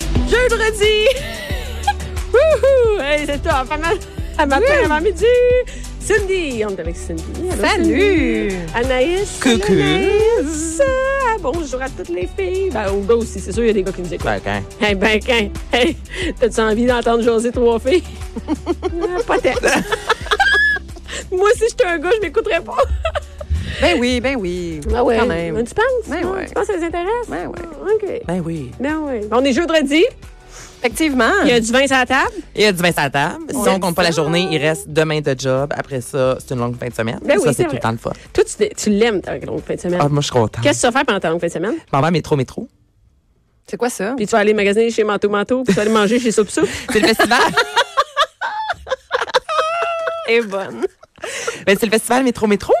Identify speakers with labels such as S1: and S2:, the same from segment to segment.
S1: jeudi! Wouhou! Hey, c'est toi, pas mal. À matin,
S2: Oui.
S1: avant midi! Cindy, on est avec Cindy. Allô,
S2: Salut!
S1: Cindy. Anaïs!
S3: Coucou.
S1: Anaïs. Ah, Bonjour à toutes les filles! Ben, aux gars aussi, c'est sûr, il y a des gars qui nous écoutent.
S3: Ben, quand?
S1: Hey, ben, quand? Hey, t'as-tu envie d'entendre jaser trois filles? Euh, Peut-être. Moi, si j'étais un gars, je m'écouterais pas.
S2: Ben oui, ben oui.
S1: Ah
S2: Quand même.
S1: Tu penses?
S2: Ben
S1: hein?
S2: ouais.
S1: Tu penses que ça les intéresse?
S2: Ben ouais.
S1: Ah, OK.
S3: Ben oui.
S1: Ben oui. On est jeudi.
S2: Effectivement.
S1: Il y a du vin sur la table.
S3: Il y a euh, du vin sur la table. Si
S1: Ouais.
S3: on compte pas la journée, il reste demain de job. Après ça, c'est une longue fin de semaine.
S1: Ben oui,
S3: ça,
S1: c'est
S3: c'est tout
S1: vrai.
S3: le temps le fun.
S1: Toi, tu, tu l'aimes ta longue fin de semaine.
S3: Ah, moi, je suis contente.
S1: Qu'est-ce que tu vas faire pendant ta longue fin de semaine?
S3: Je m'en vais à métro, métro.
S2: C'est quoi ça?
S1: Puis tu vas aller magasiner chez Manteau Manteau, puis tu vas aller manger chez Soup Soup.
S3: C'est le festival.
S1: Et Eh,
S2: Oh
S1: bonne.
S3: ben, c'est le festival Métro Métro.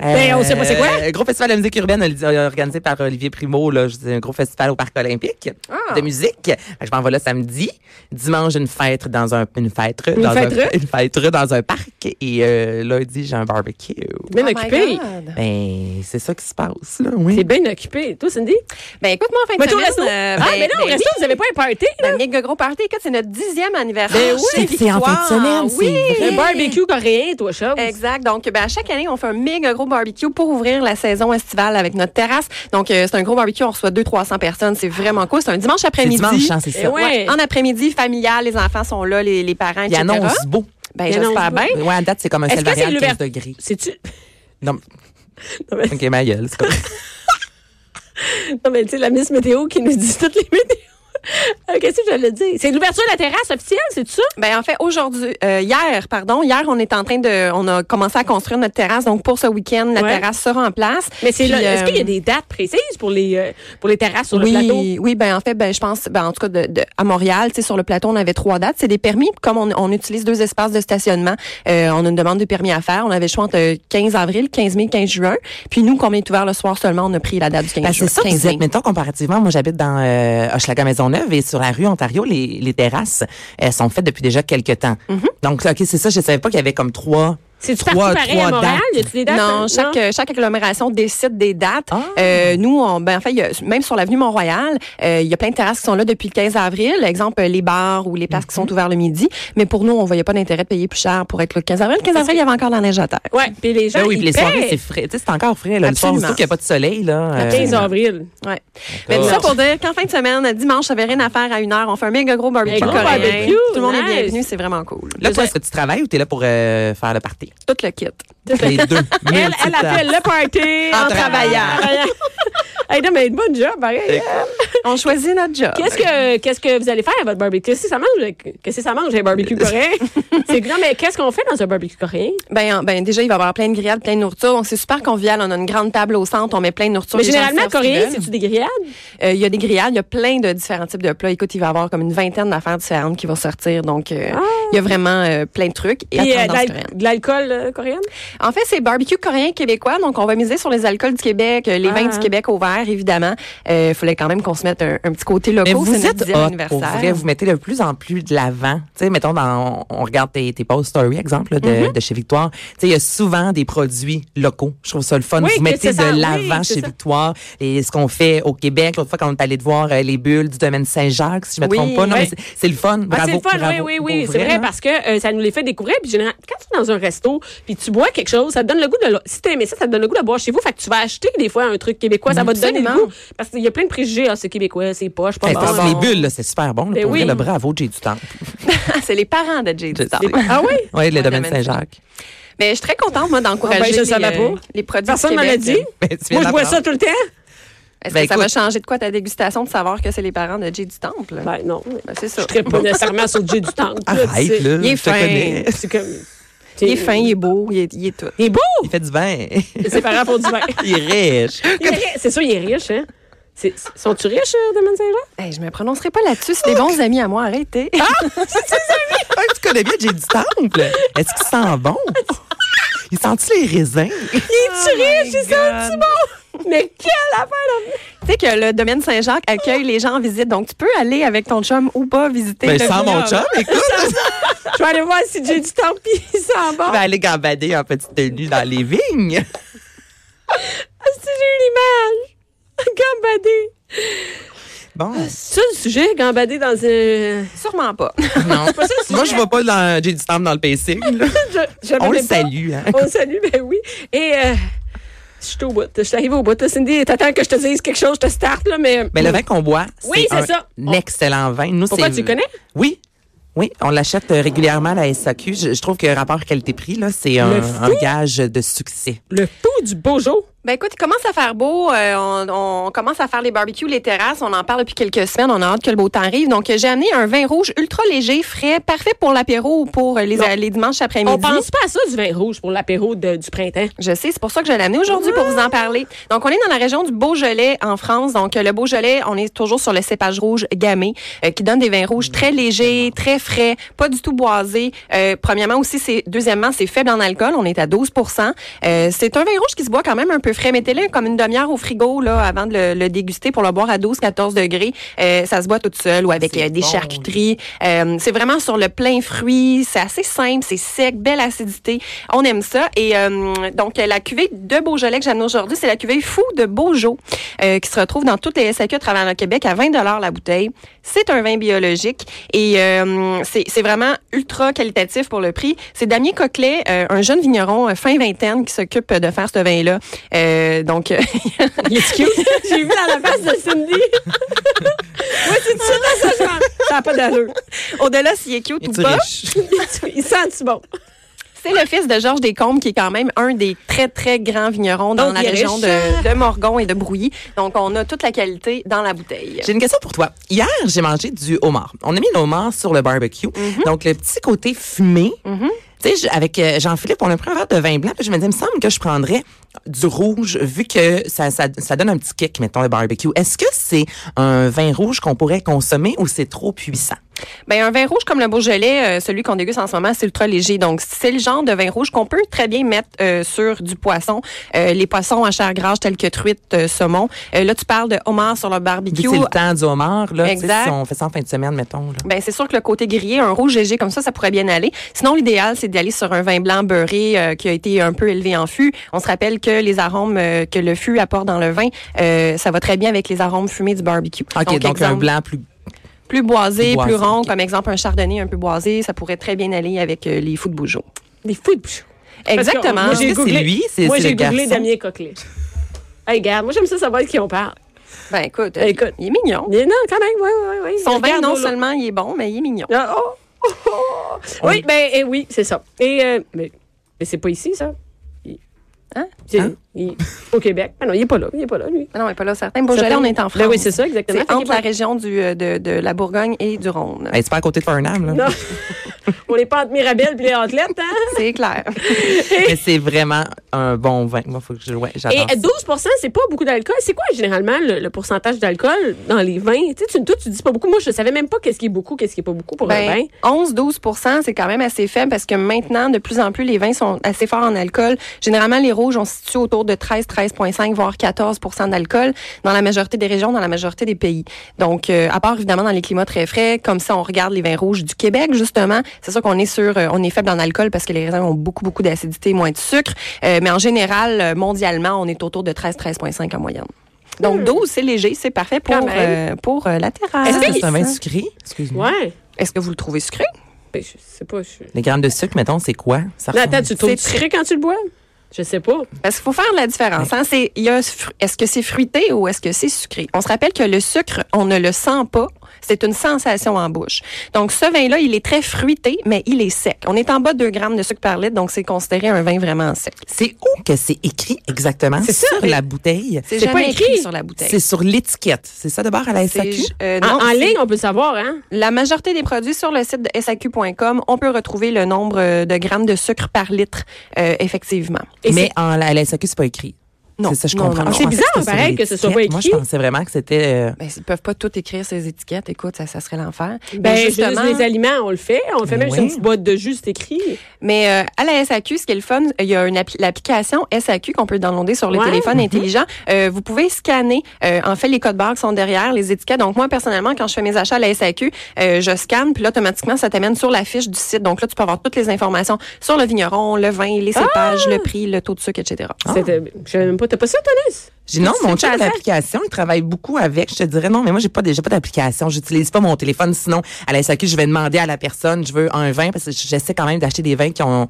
S1: Ben, on sait pas c'est quoi.
S3: Euh, gros festival de musique urbaine euh, organisé par Olivier Primo. Là, Je dis un gros festival au Parc olympique
S2: Ah.
S3: de musique. Fait que Je m'en vais là samedi. Dimanche, une fête dans un... Une fête. dans
S1: fêtereux?
S3: un, une fêtereux dans un parc. Et euh, lundi, j'ai un barbecue.
S1: Bien
S2: Oh my
S1: occupé.
S2: God.
S3: Ben, c'est ça qui se passe, là, oui.
S1: T'es bien occupé. Toi, Cindy?
S2: Ben écoute-moi en fin de
S1: Mais toi, au
S2: semaine.
S1: resto?
S2: euh,
S1: ah,
S2: ben-
S1: mais non, au
S2: ben
S1: resto, vous avez pas un party, là?
S2: Ben, il y a un gros party. Écoute, c'est notre dixième anniversaire.
S3: Ben oui,
S2: Chez
S3: c'est en fin de
S2: Victoire.
S3: semaine, c'est
S2: Oui.
S3: vrai.
S1: Le barbecue coréen, toi, Charles.
S2: Exact. Donc, ben, à chaque année, on fait un méga gros barbecue pour ouvrir la saison estivale avec notre terrasse. Donc, euh, c'est un gros barbecue. On reçoit 200-300 personnes. C'est vraiment cool. C'est un dimanche
S3: C'est
S2: après-midi.
S3: dimanche, hein, c'est
S1: Eh
S3: ça.
S1: ouais.
S2: Ouais, En après-midi, familial, les enfants sont là, les, les parents,
S3: Il
S2: etc.
S3: annonce beau.
S2: Ben,
S1: Il
S2: j'espère
S1: annonce
S2: bien.
S3: Ouais, à date, c'est comme un
S1: Est-ce que
S3: ciel variable,
S1: c'est
S3: 15
S1: l'ouvert-
S3: degrés.
S1: C'est-tu...
S3: Non,
S1: Non, mais,
S3: OK, ma gueule, c'est comme...
S1: non, mais tu sais, la Miss Météo qui nous dit toutes les météos. Euh, Qu'est-ce que j'allais dire? C'est l'ouverture de la terrasse officielle, c'est ça?
S2: Ben en fait aujourd'hui, euh, hier pardon, hier on est en train de, on a commencé à construire notre terrasse. Donc pour ce week-end, la
S1: Ouais.
S2: terrasse sera en place.
S1: Mais c'est
S2: Puis,
S1: là- Est-ce
S2: euh,
S1: qu'il y a des dates précises pour les, euh, pour les terrasses sur
S2: oui,
S1: le plateau?
S2: Oui, ben en fait, ben je pense, ben en tout cas de, de- à Montréal, tu sais, sur le plateau, on avait trois dates. C'est des permis, comme on, on utilise deux espaces de stationnement, euh, on a une demande de permis à faire. On avait le choix entre 15 avril, 15 mai, 15 juin. Puis nous, comme on est ouvert le soir seulement, on a pris la date du 15
S3: Ben,
S2: juin.
S3: c'est ça que
S2: 15
S3: vous êtes.
S2: mai.
S3: Mettons, comparativement, moi, j'habite dans euh, Hochelaga Maisonneuve et sur la rue Ontario, les, les terrasses euh, sont faites depuis déjà quelques temps.
S1: Mm-hmm.
S3: Donc, OK, c'est ça. Je savais pas qu'il y avait comme trois.
S1: C'est-tu parti
S3: trois,
S1: pareil
S3: trois
S1: à Montréal?
S3: dates.
S1: Y a-tu des dates? hein?
S2: Non, chaque, euh, chaque agglomération décide des dates.
S3: Ah.
S2: Euh, nous, on, ben, en fait, il y a- même sur l'avenue Mont-Royal, euh, il y a plein de terrasses qui sont là depuis le 15 avril. Exemple, euh, les bars ou les places qui sont ouvertes le midi. Mais pour nous, on voyait pas d'intérêt de payer plus cher pour être le 15 avril. Le 15 avril, il y avait encore la neige à terre.
S1: Ouais, puis les gens.
S3: Ben oui,
S1: ils
S3: puis les
S1: paient.
S3: soirées, c'est frais. Tu sais, c'est encore frais. Là, le soir,
S2: Absolument.
S3: surtout qu'il n'y a pas de soleil. Là,
S1: Le
S3: euh,
S1: 15 avril.
S2: Ouais. Mais tout ça pour dire qu'en fin de semaine, dimanche, j'avais rien à faire à une heure. On fait un méga gros barbecue
S1: Un gros
S2: coréen.
S1: barbecue,
S2: tout le monde
S1: nice.
S2: est bienvenu. C'est vraiment cool.
S3: Là, toi, est-ce que tu travailles ou t'es là pour euh, faire le party?
S2: Tout le kit.
S3: Les deux.
S1: Elle, elle appelle le party
S3: En
S2: travaillant.
S1: hey, non, mais une bonne job, pareil.
S2: On choisit notre job.
S1: Qu'est-ce que, qu'est-ce que vous allez faire à votre barbecue? Qu'est-ce que ça mange? Qu'est-ce que ça mange, un barbecue coréen? C'est que non, mais qu'est-ce qu'on fait dans un barbecue coréen?
S2: Ben, ben, déjà, il va y avoir plein de grillades, plein de nourriture. Donc, c'est super convivial. On a une grande table au centre. On met plein de nourriture.
S1: Mais
S2: Les gens
S1: généralement,
S2: servent ce qu'ils
S1: coréen,
S2: veulent.
S1: c'est-tu des grillades?
S2: Euh, Il y a des grillades, il y a plein de différents types de plats. Écoute, il va y avoir comme une vingtaine d'affaires différentes qui vont sortir. Donc, euh, il y a vraiment euh, plein de trucs. Et la
S1: Puis, Ah. euh, de
S2: tendance
S1: l'al-
S2: coréenne.
S1: de l'alcool euh, coréen?
S2: En fait, c'est barbecue coréen québécois. Donc, on va miser sur les alcools du Québec, euh, les vins
S1: Ah.
S2: du Québec au verre, évidemment. Il fallait quand même qu'on se mette un, un petit côté
S3: Mais
S2: local.
S3: vous
S2: c'est notre
S3: êtes
S2: dixième
S3: hot, pour
S2: anniversaire.
S3: vrai, vous mettez de plus en plus de l'avant. Tu sais, mettons, dans, on on regarde tes, tes posts story, exemple, là, de,
S1: Mm-hmm.
S3: de chez Victoire. Tu sais, il y a souvent des produits locaux. Je trouve ça le fun.
S1: Oui, que
S3: vous mettez
S1: c'est ça,
S3: de
S1: oui,
S3: l'avant
S1: c'est
S3: chez
S1: ça.
S3: Victoire et ce qu'on fait au Québec. L'autre fois, quand on est allé de voir euh, les bulles du domaine Saint-Jacques, si je me
S2: Oui,
S3: trompe pas. Non,
S2: oui.
S3: mais c'est- c'est le fun.
S1: Ah,
S3: Bravo.
S1: c'est le fun,
S3: bravo,
S1: oui, oui,
S3: pour
S1: oui. C'est vrai,
S3: hein.
S1: parce que euh, ça nous les fait découvrir. Puis généralement, quand tu es dans un resto, puis tu bois quelque chose, ça te donne le goût de. le- Si t'aimes ça, ça te donne le goût de boire chez vous. Fait que tu vas acheter des fois un truc québécois, ça va te donner le
S2: Absolument.
S1: goût. Parce qu'il y a plein de préjugés. Ah, c'est québécois, c'est poche, pas
S3: Hey,
S1: bon.
S3: parce que
S2: bon.
S3: les bulles, là, Ben, c'est super bon. là,
S1: Ben
S3: pour
S1: oui.
S3: vrai, le bravo, Jay du Temple.
S2: c'est les parents de Jay
S3: Je
S2: Dutton.
S3: sais.
S1: Ah oui?
S3: Oui, le
S2: Ouais,
S3: domaine
S2: domaine
S3: Saint-Jacques.
S2: Mais je suis très contente, moi, d'encourager
S1: Ah ben, je
S2: les,
S1: savais
S2: euh,
S1: pas.
S2: les produits
S1: Personne
S2: du
S1: ne me
S2: Québec.
S1: l'a dit.
S3: Ben, tu viens
S1: Moi, je vois
S3: d'apprendre.
S1: ça tout le temps.
S2: Est-ce
S3: Ben,
S2: que ça va
S3: écoute.
S2: changer de quoi ta dégustation de savoir que c'est les parents de Jay du Temple?
S1: Ben, non.
S2: Ben, c'est ça.
S1: Je ne pas nécessairement sur Jay du temps.
S3: Arrête, là.
S2: il est
S3: je te
S2: fin.
S3: connais.
S1: C'est comme.
S2: Il est fin, il est beau, il est, il est tout.
S1: Il est beau!
S3: Il fait du vin.
S1: Ses parents font du vin.
S3: il est riche.
S1: Il est ri- C'est sûr, il est riche, hein? C'est- Sont-tu riches, euh, Domaine Saint-Jean?
S2: Hey, je me prononcerai pas là-dessus. C'est des bons amis à moi. Arrêtez.
S3: Ah, tu connais bien Jay du Temple. Est-ce qu'il sent bon? Il sent-tu les raisins?
S1: Il est riche, il sent du bon! Mais quelle affaire, là!
S2: Tu sais que le domaine Saint-Jacques accueille les gens en visite. Donc, tu peux aller avec ton chum ou pas visiter
S3: Ben,
S2: le
S3: sans mon
S2: vignoble.
S3: chum, écoute,
S1: Je vais aller voir si Jay du temps, puis il sent bon.
S3: je vais aller gambader en petite tenue dans les vignes.
S1: Ah, si j'ai eu l'image! Gambadé!
S3: Bon.
S1: C'est ça le sujet, gambader dans un.
S2: Sûrement pas.
S3: Non.
S1: Ah,
S3: Moi, je ne vais pas dans J.D. Stamp dans le pacing. là.
S1: Je- j'aimerais
S3: On le
S1: pas.
S3: salue. Hein?
S1: On le salue, ben oui. Et euh, je suis au bout. Je suis arrivée au bout. Là, Cindy, t'attends que je te dise quelque chose, je te starte, là, mais. euh,
S3: Mais le vin qu'on boit, c'est
S1: Oui, c'est
S3: un
S1: ça. On-
S3: excellent vin. Nous,
S1: Pourquoi
S3: c'est-
S1: tu le connais?
S3: Oui. Oui, on l'achète euh, régulièrement à la SAQ. Je, je trouve que rapport qualité-prix, là, c'est un,
S1: fou.
S3: un gage de succès.
S1: Le pouls du Beaujo.
S2: Ben écoute, il commence à faire beau, euh, on, on commence à faire les barbecues, les terrasses, on en parle depuis quelques semaines, on a hâte que le beau temps arrive. Donc euh, j'ai amené un vin rouge ultra léger, frais, parfait pour l'apéro ou pour euh, les, euh, les dimanches après-midi.
S1: On pense pas à ça du vin rouge pour l'apéro de- du printemps.
S2: Je sais, c'est pour ça que je l'ai amené aujourd'hui pour vous en parler. Donc, on est dans la région du Beaujolais en France. Donc, euh, le Beaujolais, on est toujours sur le cépage rouge gamay euh, qui donne des vins rouges
S3: Mmh,
S2: très légers, très frais, pas du tout boisés. Euh, premièrement aussi, c'est deuxièmement, c'est faible en alcool. On est à 12 Euh, C'est un vin rouge qui se boit quand même un peu frais. Mettez-le comme une demi-heure au frigo là avant de le, le déguster pour le boire à 12-14 degrés. Euh, ça se boit toute seule ou avec
S3: C'est
S2: euh, des
S3: bon,
S2: charcuteries fruits. Euh, c'est vraiment sur le plein fruit. C'est assez simple, c'est sec, belle acidité. On aime ça. Et euh, donc, euh, la cuvée de Beaujolais que j'amène aujourd'hui, c'est la cuvée Fou de Beaujolais euh, qui se retrouve dans toutes les SAQ à travers le Québec à 20 la bouteille. C'est un vin biologique et euh, c'est c'est vraiment ultra qualitatif pour le prix. C'est Damien Coquelet, euh, un jeune vigneron euh, fin vingtaine qui s'occupe de faire ce vin-là. Euh, donc,
S1: Il est cute. J'ai vu dans la face de Cindy. Moi, c'est tout ça, ça, Ça n'a pas d'allure.
S2: au-delà s'il est cute ou
S3: Es-tu
S2: pas,
S3: riche?
S1: Il sent-tu bon?
S2: C'est le fils de Georges Descombes qui est quand même un des très, très grands vignerons dans
S1: Donc,
S2: la
S1: il est
S2: région
S1: riche.
S2: de, de Morgon et de Brouilly. Donc, on a toute la qualité dans la bouteille.
S3: J'ai une question pour toi. Hier, j'ai mangé du homard. On a mis le homard sur le barbecue. Donc, le petit côté fumé. Tu sais, je- avec euh, Jean-Philippe, on a pris un verre de vin blanc. Puis je me disais, il me semble que je prendrais du rouge, vu que ça, ça, ça donne un petit kick, mettons, le barbecue. Est-ce que c'est un vin rouge qu'on pourrait consommer ou c'est trop puissant?
S2: Ben, un vin rouge comme le Beaujolais, euh, celui qu'on déguste en ce moment, c'est ultra léger. Donc, c'est le genre de vin rouge qu'on peut très bien mettre euh, sur du poisson. Euh, les poissons à chair grasse tels que truite, euh, saumon. Euh, là, tu parles de homard sur le
S3: Vu
S2: barbecue.
S3: que c'est le temps du homard, là, tu sais,
S2: Exact.
S3: si on fait ça en fin de semaine, mettons. Là.
S2: Ben c'est sûr que le côté grillé, un rouge léger comme ça, ça pourrait bien aller. Sinon, l'idéal, c'est d'aller sur un vin blanc beurré euh, qui a été un peu élevé en fût. On se rappelle que les arômes euh, que le fût apporte dans le vin, euh, ça va très bien avec les arômes fumés du barbecue.
S3: OK, donc, un
S2: exemple,
S3: blanc plus... ben,
S2: plus boisé,
S3: plus
S2: plus,
S3: boisé,
S2: rond,
S3: ok.
S2: comme exemple un chardonnay un peu boisé, ça pourrait très bien aller avec euh, les fous de bougeot.
S1: Des fous de bouchon. oh,
S2: Exactement.
S1: Moi,
S3: Est-ce
S1: j'ai
S3: que c'est
S1: googlé-
S3: lui? C'est-
S1: Moi,
S3: c'est
S1: j'ai
S3: le
S1: googlé
S3: garçon?
S1: Damien Coquelet. Hey, regarde, moi, j'aime ça savoir de qui on parle.
S2: Ben écoute, euh,
S1: Écoute.
S2: il est mignon.
S1: Mais non, quand même, oui, oui, oui.
S2: Son vin, non seulement il est bon, mais il est mignon.
S1: Ah, oh, oh, oh. Oui, ben eh oui, c'est ça. Et euh, mais, mais c'est pas ici ça. Il-
S2: Hein?
S1: C'est-
S3: Hein?
S1: il- au Québec. Ah non, il est pas là, il est pas là lui.
S2: Ah Non, mais pas là, certains. Beaujolais, on est en France.
S1: Ben oui, c'est ça exactement.
S2: C'est
S1: Fait qu'il
S2: entre la
S1: est
S2: région du, euh, de, de la Bourgogne et du Rhône.
S3: Hey, c'est pas à côté de Farnham, là.
S1: pas- Non. On n'est pas entre Mirabel et les athlètes, hein?
S2: C'est clair.
S3: Mais c'est vraiment un bon vin. Moi, faut que je... Ouais, j'adore
S1: Et
S3: ça.
S1: 12 c'est pas beaucoup d'alcool. C'est quoi généralement le, le pourcentage d'alcool dans les vins? Tu sais, tu, toi, tu dis pas beaucoup. Moi, je savais même pas qu'est-ce qui est beaucoup, qu'est-ce qui est pas beaucoup pour un vin.
S2: Ben, 11-12 c'est quand même assez faible parce que maintenant, de plus en plus, les vins sont assez forts en alcool. Généralement, les rouges, on se situe autour de 13, 13,5, voire 14 d'alcool dans la majorité des régions, dans la majorité des pays. Donc, euh, à part évidemment dans les climats très frais, comme ça, on regarde les vins rouges du Québec, justement, c'est sûr qu'on est sur, euh, on est faible en alcool parce que les raisins ont beaucoup, beaucoup d'acidité, moins de sucre. Euh, mais en général, euh, mondialement, on est autour de 13, 13,5 en moyenne. Donc, 12, c'est léger, c'est parfait pour,
S1: Hmm. Quand même.
S2: euh, pour euh, la terrasse.
S1: Est-ce
S3: Ça,
S1: que-
S3: Ah, c'est un vin sucré? Excuse-moi.
S1: Ouais.
S2: Est-ce que vous le trouvez sucré?
S1: Ben, je sais pas. Je...
S3: Les grammes de sucre, mettons, c'est quoi? Ça
S1: Non,
S3: ressemble-
S1: attends, tu trouves
S2: C'est
S1: sucré quand tu le bois? Je sais pas.
S2: Parce qu'il faut faire la différence. Hein? C'est, il y a, fru- est-ce que c'est fruité ou est-ce que c'est sucré? On se rappelle que le sucre, on ne le sent pas. C'est une sensation en bouche. Donc, ce vin-là, il est très fruité, mais il est sec. On est en bas de 2 grammes de sucre par litre, donc c'est considéré un vin vraiment sec.
S3: C'est où que c'est écrit exactement?
S1: C'est ça,
S3: sur
S1: mais-
S3: la bouteille.
S2: C'est,
S1: C'est
S2: jamais
S1: pas
S2: écrit,
S1: écrit.
S2: sur la bouteille.
S3: C'est sur l'étiquette. C'est ça de bord à la
S2: C'est-
S3: SAQ?
S2: euh,
S1: En,
S2: non,
S1: en
S2: c'est-
S1: ligne, on peut le savoir, hein?
S2: La majorité des produits sur le site de SAQ.com, on peut retrouver le nombre euh, de grammes de sucre par litre, euh, effectivement.
S1: Et
S3: Mais en, à la SAQ, c'est pas écrit.
S2: Non,
S3: C'est ça, je
S2: non,
S3: comprends.
S2: non, non.
S3: Je
S1: C'est
S3: pensais
S1: bizarre,
S3: c'était sur
S1: pareil, que ce soit pas
S3: l'étiquette. Moi, je
S1: écrit.
S3: pensais vraiment que c'était. euh,
S2: Ben, ils peuvent pas tout écrire ces étiquettes. Écoute, ça, ça serait l'enfer.
S1: Ben, juste les aliments, on le fait. On le fait même
S3: Oui.
S1: sur une petite boîte de jus, c'est écrit.
S2: Mais euh, à la SAQ, ce qui est le fun, il y a une appli- l'application SAQ qu'on peut downloader sur le
S1: Ouais.
S2: téléphone intelligent. Euh, vous pouvez scanner, euh, en fait, les codes barres qui sont derrière, les étiquettes. Donc, moi, personnellement, quand je fais mes achats à la SAQ, euh, je scanne, puis là, automatiquement, ça t'amène sur la fiche du site. Donc là, tu peux avoir toutes les informations sur
S1: Ah!
S2: le vigneron, le vin, les cépages, le prix, le taux de sucre, etc.
S1: euh, C'était- Je savais même pas. T'as pas ça, Tonus?
S3: J'ai dit, non,
S1: Tu
S3: mon
S1: sais
S3: chum a
S1: pas ça?
S3: l'application, il travaille beaucoup avec. Je te dirais, non, mais moi, j'ai pas, de- j'ai pas d'application. J'utilise pas mon téléphone. Sinon, à la SAQ, je vais demander à la personne, je veux un vin, parce que j'essaie quand même d'acheter des vins qui ont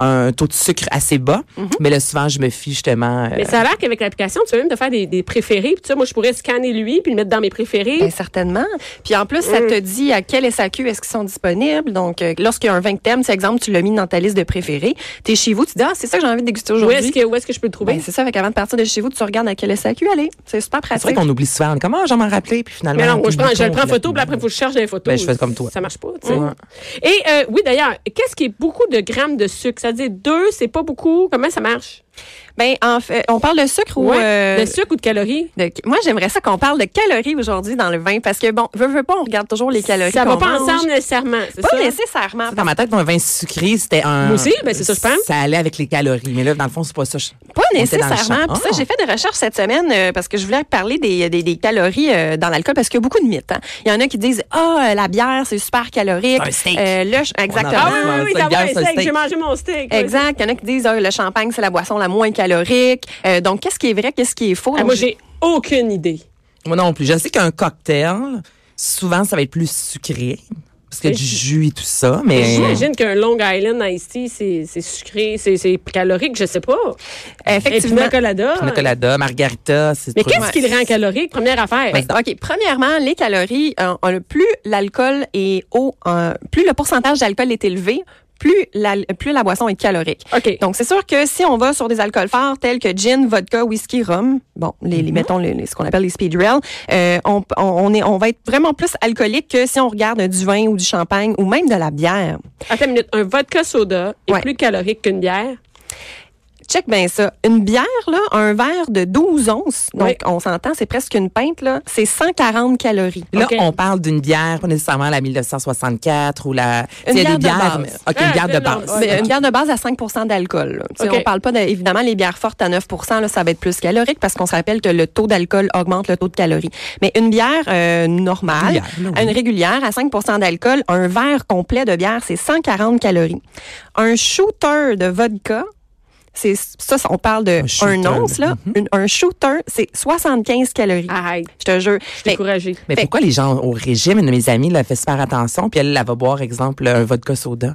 S3: un taux de sucre assez bas. Mais là, souvent, je me fie justement. euh,
S1: Mm-hmm. Mais ça a l'air qu'avec l'application, tu peux même te faire des, des préférés. Puis ça, moi, je pourrais scanner lui puis le mettre dans mes préférés.
S2: Bien, Ben, certainement. Puis en plus,
S1: Mm.
S2: ça te dit à quel SAQ est-ce qu'ils sont disponibles. Donc, euh, lorsqu'il y a un vin que t'aimes, c'est exemple, tu l'as mis dans ta liste de préférés. T'es chez vous, tu dis, ah, c'est ça que j'ai envie de déguster
S1: où
S2: aujourd'hui.
S1: est-ce que, où est-ce que je peux le trouver?
S2: Ben, c'est ça, fait qu'avant de partir de chez vous, tu regardes à quel SAQ aller. C'est super
S3: C'est vrai
S2: pratique.
S3: qu'on oublie souvent. Comment j'en m'en rappelais, puis finalement.
S1: mais non, moi, je,
S3: t'oublies
S1: prends, je le prends en photo,
S3: complètement.
S1: puis après, il faut que je cherche des photos.
S3: Ben, je fais comme toi.
S1: Ça marche pas, tu sais. Et euh, oui, d'ailleurs, qu'est-ce qui est beaucoup de grammes de sucre? Ça veut dire deux, c'est pas beaucoup. Comment ça marche?
S2: Ben, en fait, on parle de sucre ou... euh,
S1: De sucre ou de calories?
S2: de- moi, j'aimerais ça qu'on parle de calories aujourd'hui dans le vin parce que, bon, veux, veux pas, on regarde toujours les calories.
S1: ça va
S2: qu'on
S1: pas
S2: mange.
S1: ensemble nécessairement. c'est
S2: Pas
S1: ça?
S2: nécessairement.
S3: Ça, Dans ma tête, mon vin sucré, c'était un.
S1: Moi aussi, ben, c'est ça, je pense.
S3: Ça allait avec les calories. Mais là, dans le fond, c'est pas ça. Je-
S2: Pas
S3: On était dans le
S2: nécessairement.
S3: champ.
S2: Puis ça,
S3: Ah.
S2: j'ai fait des recherches cette semaine euh, parce que je voulais parler des, des, des calories euh, dans l'alcool parce qu'il y a beaucoup de mythes. hein. Il y en a qui disent ah euh, la bière c'est super calorique.
S3: C'est un steak.
S2: Euh, le ch-
S1: Ah
S2: exactement.
S1: oui, oui, oui,
S3: Ça,
S1: ça
S3: une bière,
S1: va, un
S3: ça, le
S1: steak.
S3: steak.
S1: J'ai mangé mon steak. oui.
S2: Exact. Il y en a qui disent ah, le champagne c'est la boisson la moins calorique. Euh, donc qu'est-ce qui est vrai, qu'est-ce qui est faux
S1: Ah,
S2: Donc,
S1: moi,
S2: je-
S1: j'ai aucune idée.
S3: Moi non plus. Je sais qu'un cocktail, souvent, ça va être plus sucré. Parce que
S1: Et
S3: du jus et tout ça. Mais.
S1: J'imagine qu'un Long Island Iced Tea, c'est c'est sucré, c'est c'est calorique, je sais pas. Et
S2: effectivement.
S1: pina colada.
S3: Pina colada, margarita, c'est
S1: Mais
S3: trop-
S1: qu'est-ce qui le rend calorique? Première affaire.
S2: Ben, OK. Premièrement, les calories, euh, on a- plus l'alcool est haut, euh, plus le pourcentage d'alcool est élevé, plus la, plus la boisson est calorique.
S1: OK.
S2: Donc, c'est sûr que si on va sur des alcools forts tels que gin, vodka, whisky, rhum, bon, les, les- mettons les- les- ce qu'on appelle les speed rail, euh, on, on- on est, on va être vraiment plus alcoolique que si on regarde du vin ou du champagne ou même de la bière.
S1: Attends une minute. Un vodka soda est
S2: Ouais.
S1: plus calorique qu'une bière.
S2: Check bien ça. Une bière, là, un verre de 12 onces, donc
S1: Oui.
S2: on s'entend, c'est presque une pinte, là, c'est 140 calories.
S3: Là,
S1: OK.
S3: on parle d'une bière, pas nécessairement la 1964 ou la.
S2: Une
S3: Il y a
S2: bière
S3: des
S2: de
S3: bières.
S2: base.
S3: mais- OK,
S1: Ah,
S3: une bière de
S1: non,
S3: base.
S1: ouais.
S2: Mais
S1: Ok.
S2: une bière de base à 5 d'alcool. là. Tu sais,
S1: Ok.
S2: On parle pas de, évidemment les bières fortes à 9 là, ça va être plus calorique parce qu'on se rappelle que le taux d'alcool augmente le taux de calories. Mais une bière euh, normale,
S3: Régulière, là, oui.
S2: une régulière à 5 d'alcool, un verre complet de bière, c'est 140 calories. Un shooter de vodka, c'est ça, ça, on parle de
S3: Un
S2: un,
S3: shooter,
S2: once là, Une- un shooter, c'est 75 calories.
S1: Arrête.
S2: Je te jure. Fait-
S1: Découragé.
S3: Mais
S2: Fait-
S3: pourquoi les gens au régime, une de mes amies, là, fait super attention, puis elle, elle va boire, exemple, un vodka soda.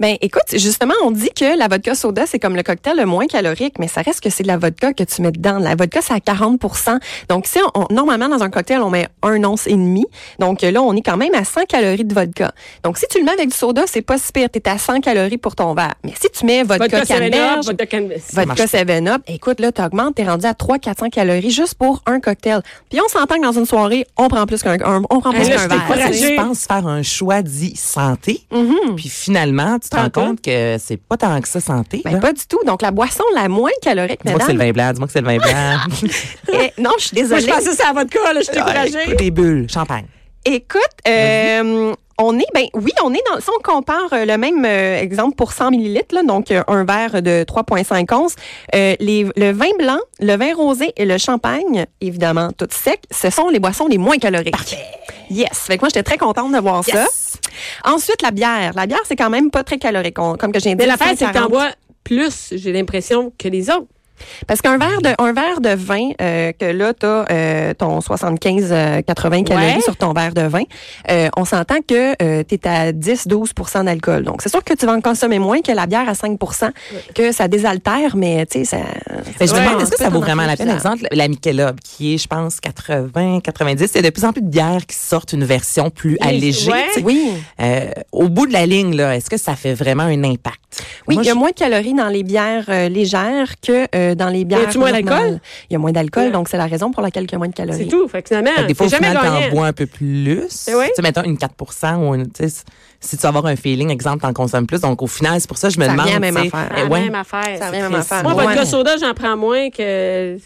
S2: Ben, écoute, justement, on dit que la vodka soda, c'est comme le cocktail le moins calorique, mais ça reste que c'est de la vodka que tu mets dedans. La vodka, c'est à 40 Donc, si on, on- normalement, dans un cocktail, on met un once et demi. Donc, là, on est quand même à 100 calories de vodka. Donc, si tu le mets avec du soda, c'est pas si pire. T'es à 100 calories pour ton verre. Mais si tu mets vodka,
S1: Vodka
S2: vodka
S1: Seven Up,
S2: canneberge,
S1: vodka canneberge.
S3: marche
S2: vodka
S3: pas.
S2: 7-Up, écoute, là, t'augmentes, t'es rendu à 300-400 calories juste pour un cocktail. Puis, on s'entend que dans une soirée, on prend plus qu'un un- on prend
S1: Ah,
S2: plus
S1: là,
S2: qu'un
S1: je t'ai
S2: verre.
S1: pas
S3: Parce que
S1: Encourager.
S3: tu penses faire un choix dit santé, puis finalement, tu te
S1: Mm-hmm. Pas
S3: rends
S1: tant.
S3: compte que c'est pas tant que ça santé.
S2: Ben,
S3: là.
S2: pas du tout. Donc, la boisson la moins calorique,
S3: Dis-moi que c'est
S2: madame,
S3: le vin blanc, dis-moi que c'est le vin blanc.
S2: Eh, non, je suis
S1: Moi,
S2: désolée.
S1: je pensais que c'est à vodka, là. Je suis
S3: Ouais,
S1: découragée.
S3: Des bulles, champagne.
S2: Écoute, euh, on est, ben oui, on est dans. Si on compare euh, le même euh, exemple pour 100 millilitres, là, donc euh, un verre de 3,5 onces, euh, les, le vin blanc, le vin rosé et le champagne, évidemment, tout sec, ce sont les boissons les moins caloriques. Yes. Fait que moi, j'étais très contente de voir
S3: Yes.
S2: ça. Ensuite, la bière. La bière, c'est quand même pas très calorique. On- comme que j'ai
S1: Mais
S2: dit,
S1: l'affaire, c'est que
S2: 140.
S1: t'en bois plus, j'ai l'impression, que les autres.
S2: Parce qu'un verre de un verre de vin euh, que là t'as euh, ton 75 euh, 80 calories
S1: Ouais.
S2: sur ton verre de vin, euh, on s'entend que euh, t'es à 10 12 d'alcool. Donc c'est sûr que tu vas en consommer moins que la bière à 5 que ça désaltère mais tu sais ça
S3: Ben, je me
S1: Ouais,
S3: demande,
S1: on
S3: est-ce que
S2: peut
S3: ça vaut
S2: t'en
S3: vraiment la
S2: enlever
S3: peine?
S2: plus tard.
S3: Exemple, la Michelob, qui est, je pense, 80, 90. Il y a de plus en plus de bières qui sortent une version plus
S1: Oui,
S3: allégée.
S1: ouais.
S3: tu sais.
S2: Oui.
S3: Euh, au bout de la ligne, là, est-ce que ça fait vraiment un impact?
S2: Oui,
S3: Moi,
S2: il y a
S3: je-
S2: moins de calories dans les bières euh, légères que euh, dans les bières
S1: a-tu moins d'alcool?
S2: normales. Il y a moins d'alcool
S1: Ouais.
S2: donc c'est la raison pour laquelle il y a moins de calories.
S1: C'est tout. Fait que finalement,
S3: Fait que Ben, des fois,
S1: c'est
S3: au
S1: jamais
S3: final, t'en
S1: gagnant.
S3: bois un peu plus.
S1: Eh oui.
S3: Tu sais, mettons une 4 ou une, tu sais, si tu vas avoir un feeling, exemple, t'en consommes plus. Donc, au final, c'est pour ça que je me
S2: Ça
S3: demande.
S2: revient à la même
S3: tu sais,
S2: affaire.
S3: eh
S1: La
S3: ouais,
S1: même affaire.
S2: Ça revient à la
S3: Chris,
S2: même affaire.
S1: Moi,
S3: Ouais.
S1: vodka soda, j'en prends moins que.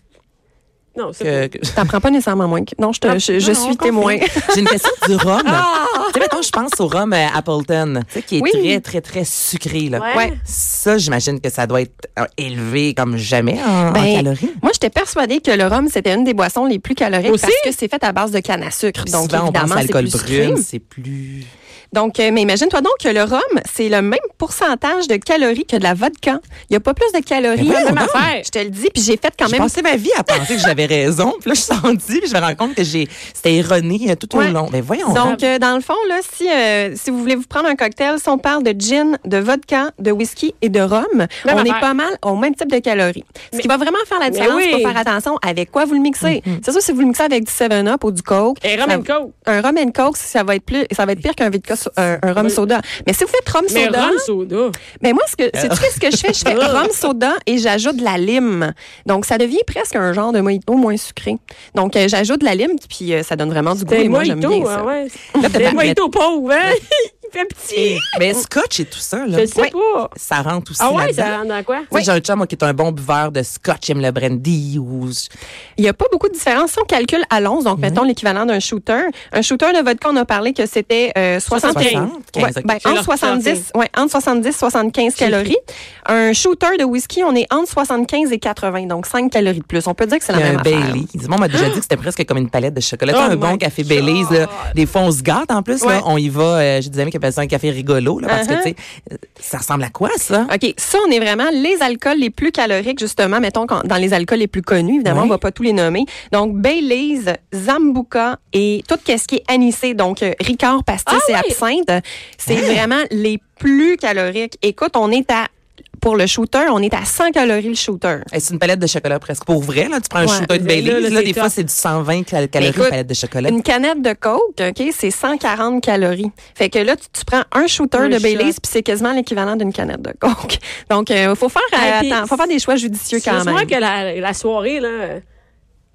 S1: Non, c'est
S3: que- que-
S2: T'en prends pas nécessairement moins. que- Non, je te,
S3: Ah,
S2: je, je
S3: non, on
S2: suis témoin.
S3: confirme. J'ai une question du rhum. Tu sais, mettons, je pense au rhum euh, Appleton, tu sais, qui
S2: Ah!
S3: est
S2: Oui.
S3: très, très, très sucré, là.
S1: Ouais.
S2: Ouais.
S3: Ça, j'imagine que ça doit être euh, élevé comme jamais en, en
S2: Ben,
S3: calories.
S2: Moi, j'étais persuadée que le rhum, c'était une des boissons les plus caloriques
S1: Aussi?
S2: parce que c'est fait à base de canne à sucre.
S3: Puis
S2: Donc,
S3: souvent, on pense
S2: évidemment,
S3: à
S2: c'est
S3: l'alcool
S2: plus sucré.
S3: brune, c'est plus...
S2: Donc, euh, mais imagine-toi donc que le rhum, c'est le même pourcentage de calories que de la vodka. Il n'y a pas plus de calories.
S3: Mais voyons
S2: Même
S3: donc.
S2: affaire. Je te le dis, puis j'ai fait quand
S3: J'ai
S2: même...
S3: passé ma vie à penser que j'avais raison. Puis là, je suis sentie, puis je me rends compte que j'ai c'était erroné euh, tout au
S2: Ouais.
S3: long. Mais voyons.
S2: Donc, euh, dans le fond, là, si, euh, si vous voulez vous prendre un cocktail, si on parle de gin, de vodka, de whisky et de rhum, on
S1: affaire.
S2: est pas mal au même type de calories. Ce qui va vraiment faire la
S1: Mais
S2: différence,
S1: oui.
S2: c'est pour faire attention avec quoi vous le mixez.
S3: Mm-hmm.
S2: C'est sûr, si vous le mixez avec du 7-Up ou du Coke...
S1: Et Rum
S2: ça-
S1: and Coke.
S2: Un rhum and Coke, ça va être, plus, ça va être pire qu'un vodka so- un, un rhum
S1: Oui.
S2: soda. Mais si vous faites rhum
S1: Mais
S2: soda...
S1: rum soda.
S2: Mais moi, ce que, sais-tu qu'est-ce que je fais? Je fais rhum soda et j'ajoute de la lime. Donc, ça devient presque un genre de mojito moins sucré. Donc, euh, j'ajoute de la lime, puis euh, ça donne vraiment du goût.
S1: Des
S2: Et moi, j'aime bien
S1: mojitos,
S2: ça.
S1: hein, ouais.
S3: peut-être
S1: Des
S3: pas
S1: mojitos pauvres, hein? Il fait petit.
S3: Mais scotch et tout ça,
S1: Je
S3: là,
S1: le sais
S2: Ouais.
S1: pas.
S3: ça rentre aussi
S1: Ah ouais,
S3: là-dedans.
S1: ça rentre dans quoi?
S3: Tu sais, J'ai un chum moi, qui est un bon buveur de scotch, il aime le brandy ou
S2: Il n'y a pas beaucoup de différence. Si on calcule à l'once, donc mettons l'équivalent d'un shooter, un shooter de vodka, on a parlé que c'était euh, 60
S1: 75.
S3: 60,
S2: Ouais,
S3: 15, ok.
S2: ben,
S1: J'ai
S2: entre
S1: leur
S2: 70, ouais, entre 70 75
S1: J'ai
S2: calories. Un shooter de whisky, on est entre 75 et 80, donc 5 calories de plus. On peut dire que c'est la
S3: Il y a
S2: même
S3: un
S2: affaire.
S3: Bailey. Dis-moi, on m'a déjà dit que c'était presque comme une palette de chocolat.
S1: Oh
S3: un
S1: my
S3: bon café Bailey's, là, des fois, on se gâte en plus.
S2: Ouais.
S3: Là, on y va. euh, J'ai des amis qui appellent ça un café rigolo. Là, parce
S2: Uh-huh.
S3: que, tu sais, euh, ça ressemble à quoi, ça?
S2: OK, ça, on est vraiment les alcools les plus caloriques, justement, mettons, quand- dans les alcools les plus connus, évidemment,
S3: Ouais.
S2: on va pas tous les nommer. Donc, Baileys, Zambuca et tout ce qui est anisé, donc euh, Ricard, pastis et absinthe, c'est vraiment les plus caloriques. Écoute, on est à, pour le shooter, on est à 100 calories le shooter.
S3: Eh, C'est une palette de chocolat presque. Pour vrai, là, tu prends un
S2: Ouais.
S3: shooter de
S1: Mais Ben là, là,
S3: Bailey's. Là,
S1: c'est
S3: des
S1: top.
S3: fois, c'est du 120 cal- calories,
S2: écoute,
S3: palette de chocolat.
S2: Une canette de coke, OK, c'est 140 calories. Fait que là, tu, tu prends un shooter
S1: Un
S2: de
S1: shot.
S2: Baileys, puis c'est quasiment l'équivalent d'une canette de coke. Donc, euh, faut faire, euh,
S1: Ah, puis-
S2: atten- faut faire des choix judicieux quand
S1: Excuse-moi
S2: même.
S1: que la, la soirée, là,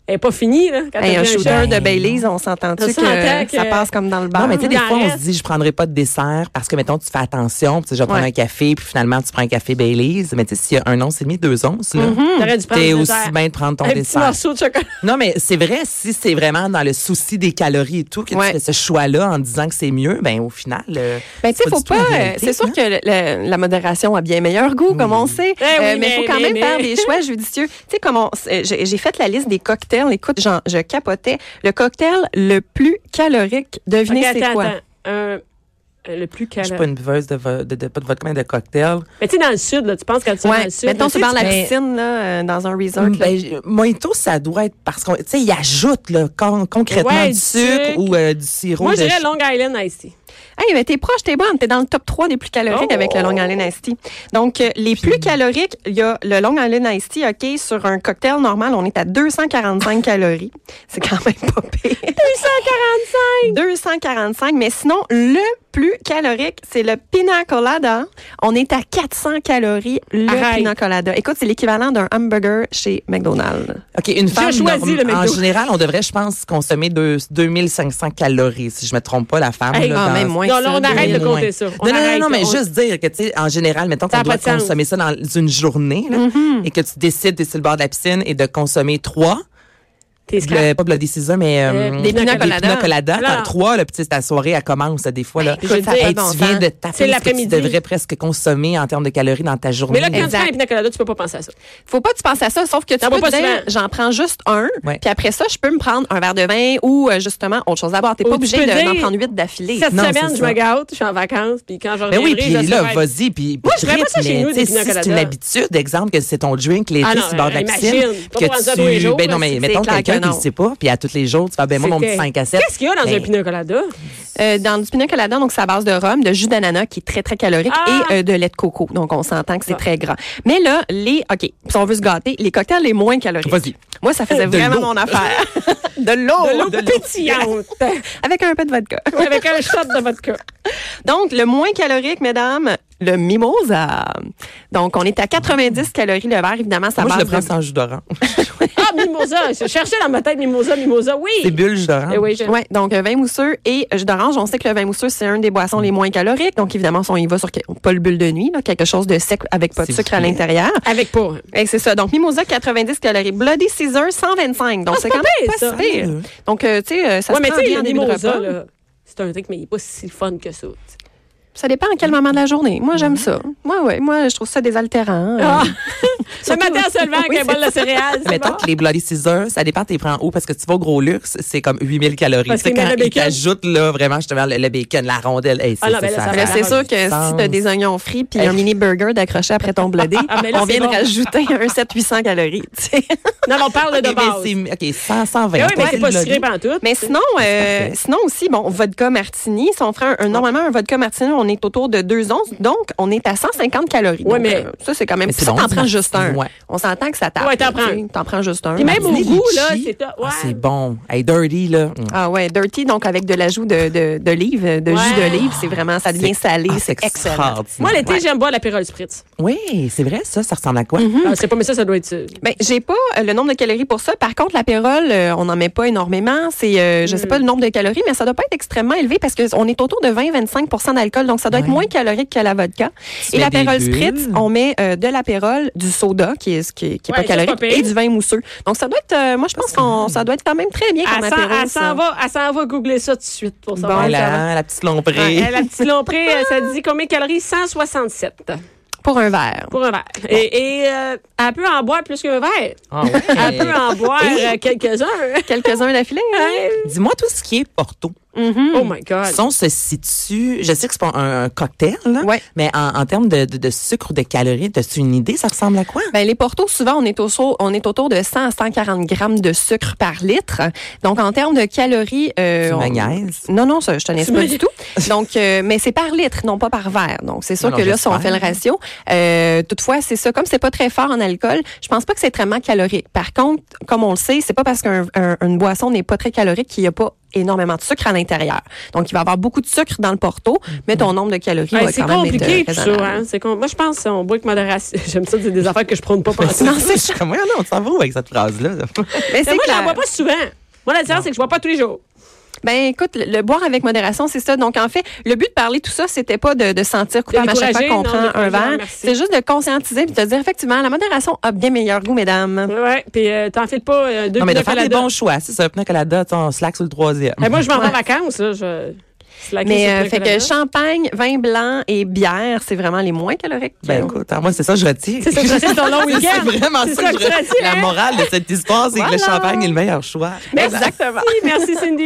S1: est pas finie, là. Quand
S2: Hey,
S1: t'as
S2: un
S1: pris
S2: shooter
S1: shot.
S2: de Baileys, on s'entend-tu
S1: Ben, On
S2: que,
S1: s'entend que-
S2: ça passe comme dans le bar?
S3: Non, mais tu sais, des
S1: Il en
S3: fois, on se
S1: reste.
S3: dit, je prendrai pas de dessert parce que, mettons, tu fais attention, puis tu sais, je vais prendre
S2: Ouais.
S3: un café, puis finalement, tu prends un café Bailey's. Mais tu sais, s'il y a un once et demi, deux onces, là,
S1: Mm-hmm. T'aurais dû prendre
S3: t'es
S1: le
S3: aussi
S1: dessert.
S3: bien de prendre ton
S1: Un petit
S3: dessert.
S1: morceau de chocolat.
S3: Non, mais c'est vrai, si c'est vraiment dans le souci des calories et tout, que
S2: Ouais.
S3: tu fais ce choix-là en disant que c'est mieux, ben au final. euh,
S2: Ben, tu sais,
S3: c'est
S2: faut
S3: du tout la
S2: pas. euh,
S3: réalité,
S2: C'est sûr
S3: hein. Mm.
S2: que le- le- la modération a bien meilleur goût, comme on sait. euh,
S1: Eh oui,
S2: mais il faut
S1: mais-
S2: quand
S1: mais-
S2: même faire
S1: mais-
S2: des choix judicieux. Tu sais, comme on, c'est- j'ai j'ai fait la liste des cocktails. Écoute, j'en- je capotais. Le cocktail le plus calorique, devinez
S1: Ok,
S2: c'est
S1: attends,
S2: quoi?
S1: attends. Un- un- le plus
S3: Je suis pas
S1: calme.
S3: une buveuse de, vo- de, de- pas de vodka, mais de cocktail.
S1: Mais tu sais, dans le sud, là, tu penses quand tu vas dans
S2: Ouais.
S1: le sud.
S2: Mettons,
S1: là,
S2: tu
S1: sais,
S2: vas dans la
S3: mais-
S2: piscine, là, euh, dans un resort. là.
S3: Ben, j- mojito, ça doit être parce qu'on, tu sais, il ajoute là, con- concrètement
S1: Ouais,
S3: du
S1: du
S3: sucre
S1: sucre.
S3: ou euh, du sirop.
S1: Moi, je
S3: de
S1: dirais
S3: ch-
S1: Long Island Ice Tea.
S2: Hey, mais t'es proche, t'es bonne. T'es dans le top 3 des plus caloriques
S1: Oh.
S2: avec le Long Island Iced Tea. Donc, euh, les plus caloriques, il y a le Long Island Iced Tea, OK, sur un cocktail normal, on est à 245 calories. C'est quand même pas pire. 245! 245, mais sinon, le plus calorique, c'est le pina colada. On est à 400 calories, le
S1: Arrête.
S2: pina colada. Écoute, c'est l'équivalent d'un hamburger chez McDonald's.
S3: OK, une femme,
S1: choisi
S3: norm-
S1: le
S3: en
S1: McDo.
S3: général, on devrait, je pense, consommer deux- 2500 calories, si je me trompe pas, la femme.
S1: Hey,
S3: là,
S2: ah,
S3: dans-
S2: même moins. Ouais,
S1: non,
S2: ça,
S1: là, on
S2: oui,
S1: arrête de
S3: Moins.
S1: compter ça. On
S3: Non, non, non,
S1: arrête,
S3: non, mais
S1: on-
S3: juste dire que, tu sais, en général, mettons
S1: Ça
S3: qu'on
S1: a
S3: doit
S1: pas de sens. Mm-hmm.
S3: consommer ça dans une journée, là, et que tu décides, t'es sur le bord de la piscine et de consommer trois.
S1: T'es
S3: le,
S1: scrap.
S3: pas Bloody Caesar, mais euh,
S1: Ah. Euh, des pina
S3: des
S2: colada.
S3: pina colada.
S1: Alors.
S3: T'en as trois, là, puis tu sais, ta soirée, elle commence là, des fois. Là.
S1: Ben, Écoute, Je veux dire,
S2: ça fait
S1: hey,
S3: Hey,
S2: bon
S3: tu viens
S2: sens.
S3: de taper
S1: C'est
S3: ce que tu
S1: l'après-midi.
S3: devrais presque consommer en termes de calories dans ta
S1: Mais
S3: journée.
S1: là, quand tu prends
S2: Exact.
S1: les Pina Colada, tu peux pas penser à ça.
S2: faut pas que tu penses à ça, sauf que tu
S1: T'en
S2: peux
S1: bois
S2: te
S1: pas
S2: dire,
S1: souvent.
S2: j'en prends juste un,
S3: Ouais.
S2: puis après ça, je peux me prendre un verre de vin ou euh, justement autre chose à boire. T'es
S1: Ou
S2: pas
S1: tu peux
S2: obligé de-
S1: dire,
S2: d'en prendre huit d'affilée.
S1: Cette
S3: Non,
S1: semaine,
S3: c'est
S1: je
S3: ça.
S1: me gâte, je suis en vacances, puis quand je
S3: Mais Ben oui,
S1: reviendrai,
S3: puis
S1: je
S3: là,
S1: serai-
S3: vas-y. Puis,
S1: Moi, je ferais pas
S3: rythme,
S1: ça chez
S3: mais
S1: nous,
S3: tu sais,
S1: des pina
S3: Si c'est une
S1: colada.
S3: habitude, exemple, que c'est ton drink l'été
S1: Ah non,
S3: sur le bord de la
S1: imagine,
S3: piscine.
S1: pas
S3: puis
S1: prendre ça tous les jours,
S3: ben non,
S1: là,
S3: mais
S1: c'est
S3: mettons quelqu'un
S2: clair que
S3: qui ne
S2: non.
S3: sait pas, puis à tous les jours, tu vas ben moi, mon
S1: C'était-
S3: petit 5 à 7.
S1: Qu'est-ce qu'il y a dans un
S3: Ben,
S1: Pina Colada?
S2: Euh, dans du pina colada, donc ça base de rhum, de jus d'ananas qui est très très calorique
S1: Ah!
S2: et euh, de lait de coco. Donc on s'entend que c'est
S1: Ah.
S2: très gras. Mais là, les OK, si on veut se gâter, les cocktails les moins caloriques.
S3: Vas-y. Euh,
S2: Moi, ça faisait
S3: De
S2: vraiment
S3: l'eau.
S2: mon affaire. de
S3: Oh,
S2: l'eau.
S1: De l'eau pétillante.
S2: Avec un peu de vodka.
S1: Avec un shot de vodka.
S2: Donc, le moins calorique, mesdames, le mimosa. Donc, on est à 90 calories le verre. Évidemment, ça
S3: Moi, je
S2: base
S3: le prends
S2: de-
S3: sans jus d'orange.
S1: Ah, mimosa. Je cherchais dans ma tête mimosa, mimosa. Oui.
S3: Des bulles jus d'orange.
S1: Eh oui, je-
S2: Ouais, donc euh, vin mousseux et euh, jus d'orange. On sait que le vin mousseux, c'est une des boissons les moins caloriques. Donc, évidemment, si on y va sur que- pas le bulle de nuit, là, quelque chose de sec avec pas de
S3: S'il
S2: sucre
S3: vous
S2: à
S3: plaît.
S2: l'intérieur.
S1: Avec pas.
S2: Et c'est ça. Donc, Mimosa, 90 calories. Bloody Caesar, 125. Donc,
S1: Ah,
S2: c'est quand
S1: c'est
S2: même
S1: pas
S2: pas
S1: pire,
S2: si pire. Donc, euh, tu sais, euh, ça
S1: ouais,
S2: se
S1: mais
S2: prend
S1: tu sais,
S2: bien en
S1: le
S2: début de
S1: mimosa,
S2: repas.
S1: là. c'est un truc, mais il n'est pas si fun que ça. tu sais.
S2: Ça dépend à quel moment de la journée. Moi, j'aime ça. Moi, ouais, moi, je trouve ça désaltérant. Euh,
S1: Mm-hmm. Ah! Ce matin, en se levant avec
S2: Oui,
S1: un bol de céréales. c'est
S3: Mettons
S1: bon.
S3: que les Bloody Scissors, ça dépend, t'es prends où, parce que tu vas au gros luxe, c'est comme 8000 calories.
S1: Parce
S3: Tu sais,
S1: qu'il met
S3: quand
S1: le
S3: ils
S1: bacon.
S3: t'ajoutent, là, vraiment, je te mets le, le bacon, la rondelle. Hey,
S1: Ah non, ben là,
S3: ça,
S1: ça
S3: ça
S1: va.
S2: mais là,
S1: Ah,
S2: Euh, c'est
S1: ah,
S2: sûr
S1: oui,
S2: que si t'as des oignons frits puis un mini burger d'accrocher après ton blodé,
S1: Ah, mais là,
S2: on
S1: c'est
S2: vient de
S1: bon.
S2: rajouter un 700-800 calories. tu sais.
S1: Non, mais on parle de
S3: OK,
S1: base.
S3: mais c'est- OK, 100, 120.
S1: Mais oui, mais
S3: Ouais,
S1: c'est pas
S3: le
S1: sucré
S3: Bloody.
S1: pantoute.
S2: Mais sinon, euh, sinon aussi, bon, vodka martini, si on ferait un, un- normalement un vodka martini, on est autour de 2 onces, donc on est à 150 calories.
S1: Ouais,
S2: Donc,
S1: mais-
S2: euh, ça, c'est quand même...
S3: Mais c'est
S2: Ça,
S3: bon,
S2: t'en
S3: du
S2: prends juste un.
S3: martini, ouais.
S2: On s'entend que ça tape.
S1: Ouais, t'en
S2: là,
S1: prends
S2: tu sais, T'en prends juste un.
S1: Puis même au
S3: Les
S1: goût,
S3: litchis,
S1: là, c'est top.
S3: ah,
S1: Ouais.
S3: c'est bon. Hey, dirty, là. Mm.
S2: Ah ouais, dirty, donc avec de l'ajout de, de, d'olive, de jus
S1: Ouais.
S2: d'olive, c'est vraiment, ça devient salé,
S3: Ah,
S2: c'est excellent.
S3: extraordinaire.
S1: Moi, l'été,
S3: Ouais.
S1: j'aime boire l'apérole spritz.
S3: Oui, c'est vrai, ça, ça ressemble à quoi?
S1: Ah, c'est pas, mais ça, ça doit être. euh,
S2: Ben, j'ai pas euh, le nombre de calories pour ça. Par contre, l'apérole, euh, on n'en met pas énormément. C'est, euh,
S1: Mm.
S2: je sais pas le nombre de calories, mais ça doit pas être extrêmement élevé parce que on est autour de 20-25 d'alcool, donc ça doit être moins calorique que la vodka.
S3: Tu
S2: Et
S3: mets des
S2: l'apérole
S3: bulles.
S2: spritz, on met euh, de l'apérole, du soda qui est qui, est- qui
S1: Ouais,
S2: est pas
S1: ça, c'est
S2: calorique
S1: pas pire.
S2: et du vin mousseux. Donc ça doit être, euh, moi je pense qu'on, ça doit être quand même très bien comme
S1: Elle s'en-
S2: apérole.
S1: elle s'en ah, va, elle s'en va googler ça tout de suite pour
S2: Bon,
S1: savoir.
S3: Ah,
S1: ça va.
S3: la, la petite lomprée.
S1: Ouais, elle, la petite lomprée, euh, ça dit combien de calories? 167
S2: Pour un verre.
S1: pour un verre. Et, et euh, elle peut en boire plus qu'un verre.
S3: Ah ouais.
S1: Elle peut en boire euh, quelques-uns.
S2: Quelques-uns d'affilée. hein?
S3: Dis-moi tout ce qui est Porto.
S2: Mm-hmm.
S1: Oh my God.
S3: Son se situe, je sais que c'est pas un, un cocktail, là,
S2: Ouais.
S3: mais en, en termes de, de, de sucre ou de calories, as-tu une idée? Ça ressemble à quoi?
S2: Ben, les portos, souvent, on est, autour, on est autour de 100 à 140 grammes de sucre par litre. Donc, en termes de calories... Euh,
S3: Tu me
S2: on-
S3: niaises.
S2: Non, non, ça, je te niaise
S1: Tu
S2: pas
S1: me-
S2: du tout. Donc, euh, mais c'est par litre, non pas par verre. Donc, c'est sûr
S3: Non,
S2: que
S3: non,
S2: là, si on fait
S3: j'espère.
S2: le ratio, euh, toutefois, c'est ça. Comme c'est pas très fort en alcool, je pense pas que c'est extrêmement calorique. Par contre, comme on le sait, c'est pas parce qu'une boisson n'est pas très calorique qu'il y a pas énormément de sucre à l'intérieur. Donc, il va y avoir beaucoup de sucre dans le porto, mais ton nombre de calories
S1: Hey,
S2: va
S1: Ben, c'est
S2: quand même être euh,
S1: compliqué, tout ça.
S2: raisonnable.
S1: Hein? C'est com- Moi, je pense qu'on boit avec modération. J'aime ça, c'est des affaires que je prône pas. Parce...
S3: Non, c'est je suis comme, ouais, non, on s'en va où avec cette phrase-là?
S2: Mais
S1: Mais
S2: c'est
S1: moi, j'en
S2: clair.
S1: bois pas souvent. Moi, la différence, c'est que je bois pas tous les jours.
S2: Ben écoute, le, le boire avec modération, c'est ça. Donc en fait, le but de parler tout ça, c'était pas de, de sentir coupable à chaque fois
S1: décourager,
S2: qu'on
S1: non,
S2: prend
S1: de-
S2: un
S1: non,
S2: verre.
S1: merci.
S2: C'est juste de conscientiser puis de dire effectivement, la modération a bien meilleur goût, mesdames.
S1: Ouais, puis euh, t'en files pas euh, deux
S3: Non, mais de
S1: pina
S3: faire des
S1: colada.
S3: bons choix. C'est ça, pina colada, tu sais, on slack sur le troisième. Ben,
S1: Hey, Ben, moi, je m'en vais en
S2: Ouais.
S1: vacances, là. Je... slacker
S2: Mais
S1: sur
S2: euh,
S1: pina
S2: fait
S1: colada.
S2: que champagne, vin blanc et bière, c'est vraiment les moins caloriques.
S3: Ben écoute, hein, moi, c'est ça que je retire.
S1: C'est ça, je retire ton long
S3: C'est
S1: week-end.
S3: vraiment
S1: C'est
S3: ça,
S1: ça
S3: que
S1: que
S3: je
S1: tu
S3: retire.
S1: retires,
S3: La
S1: hein?
S3: morale de cette histoire, c'est que
S2: Voilà.
S3: le champagne est le meilleur choix.
S1: Merci, merci Cindy.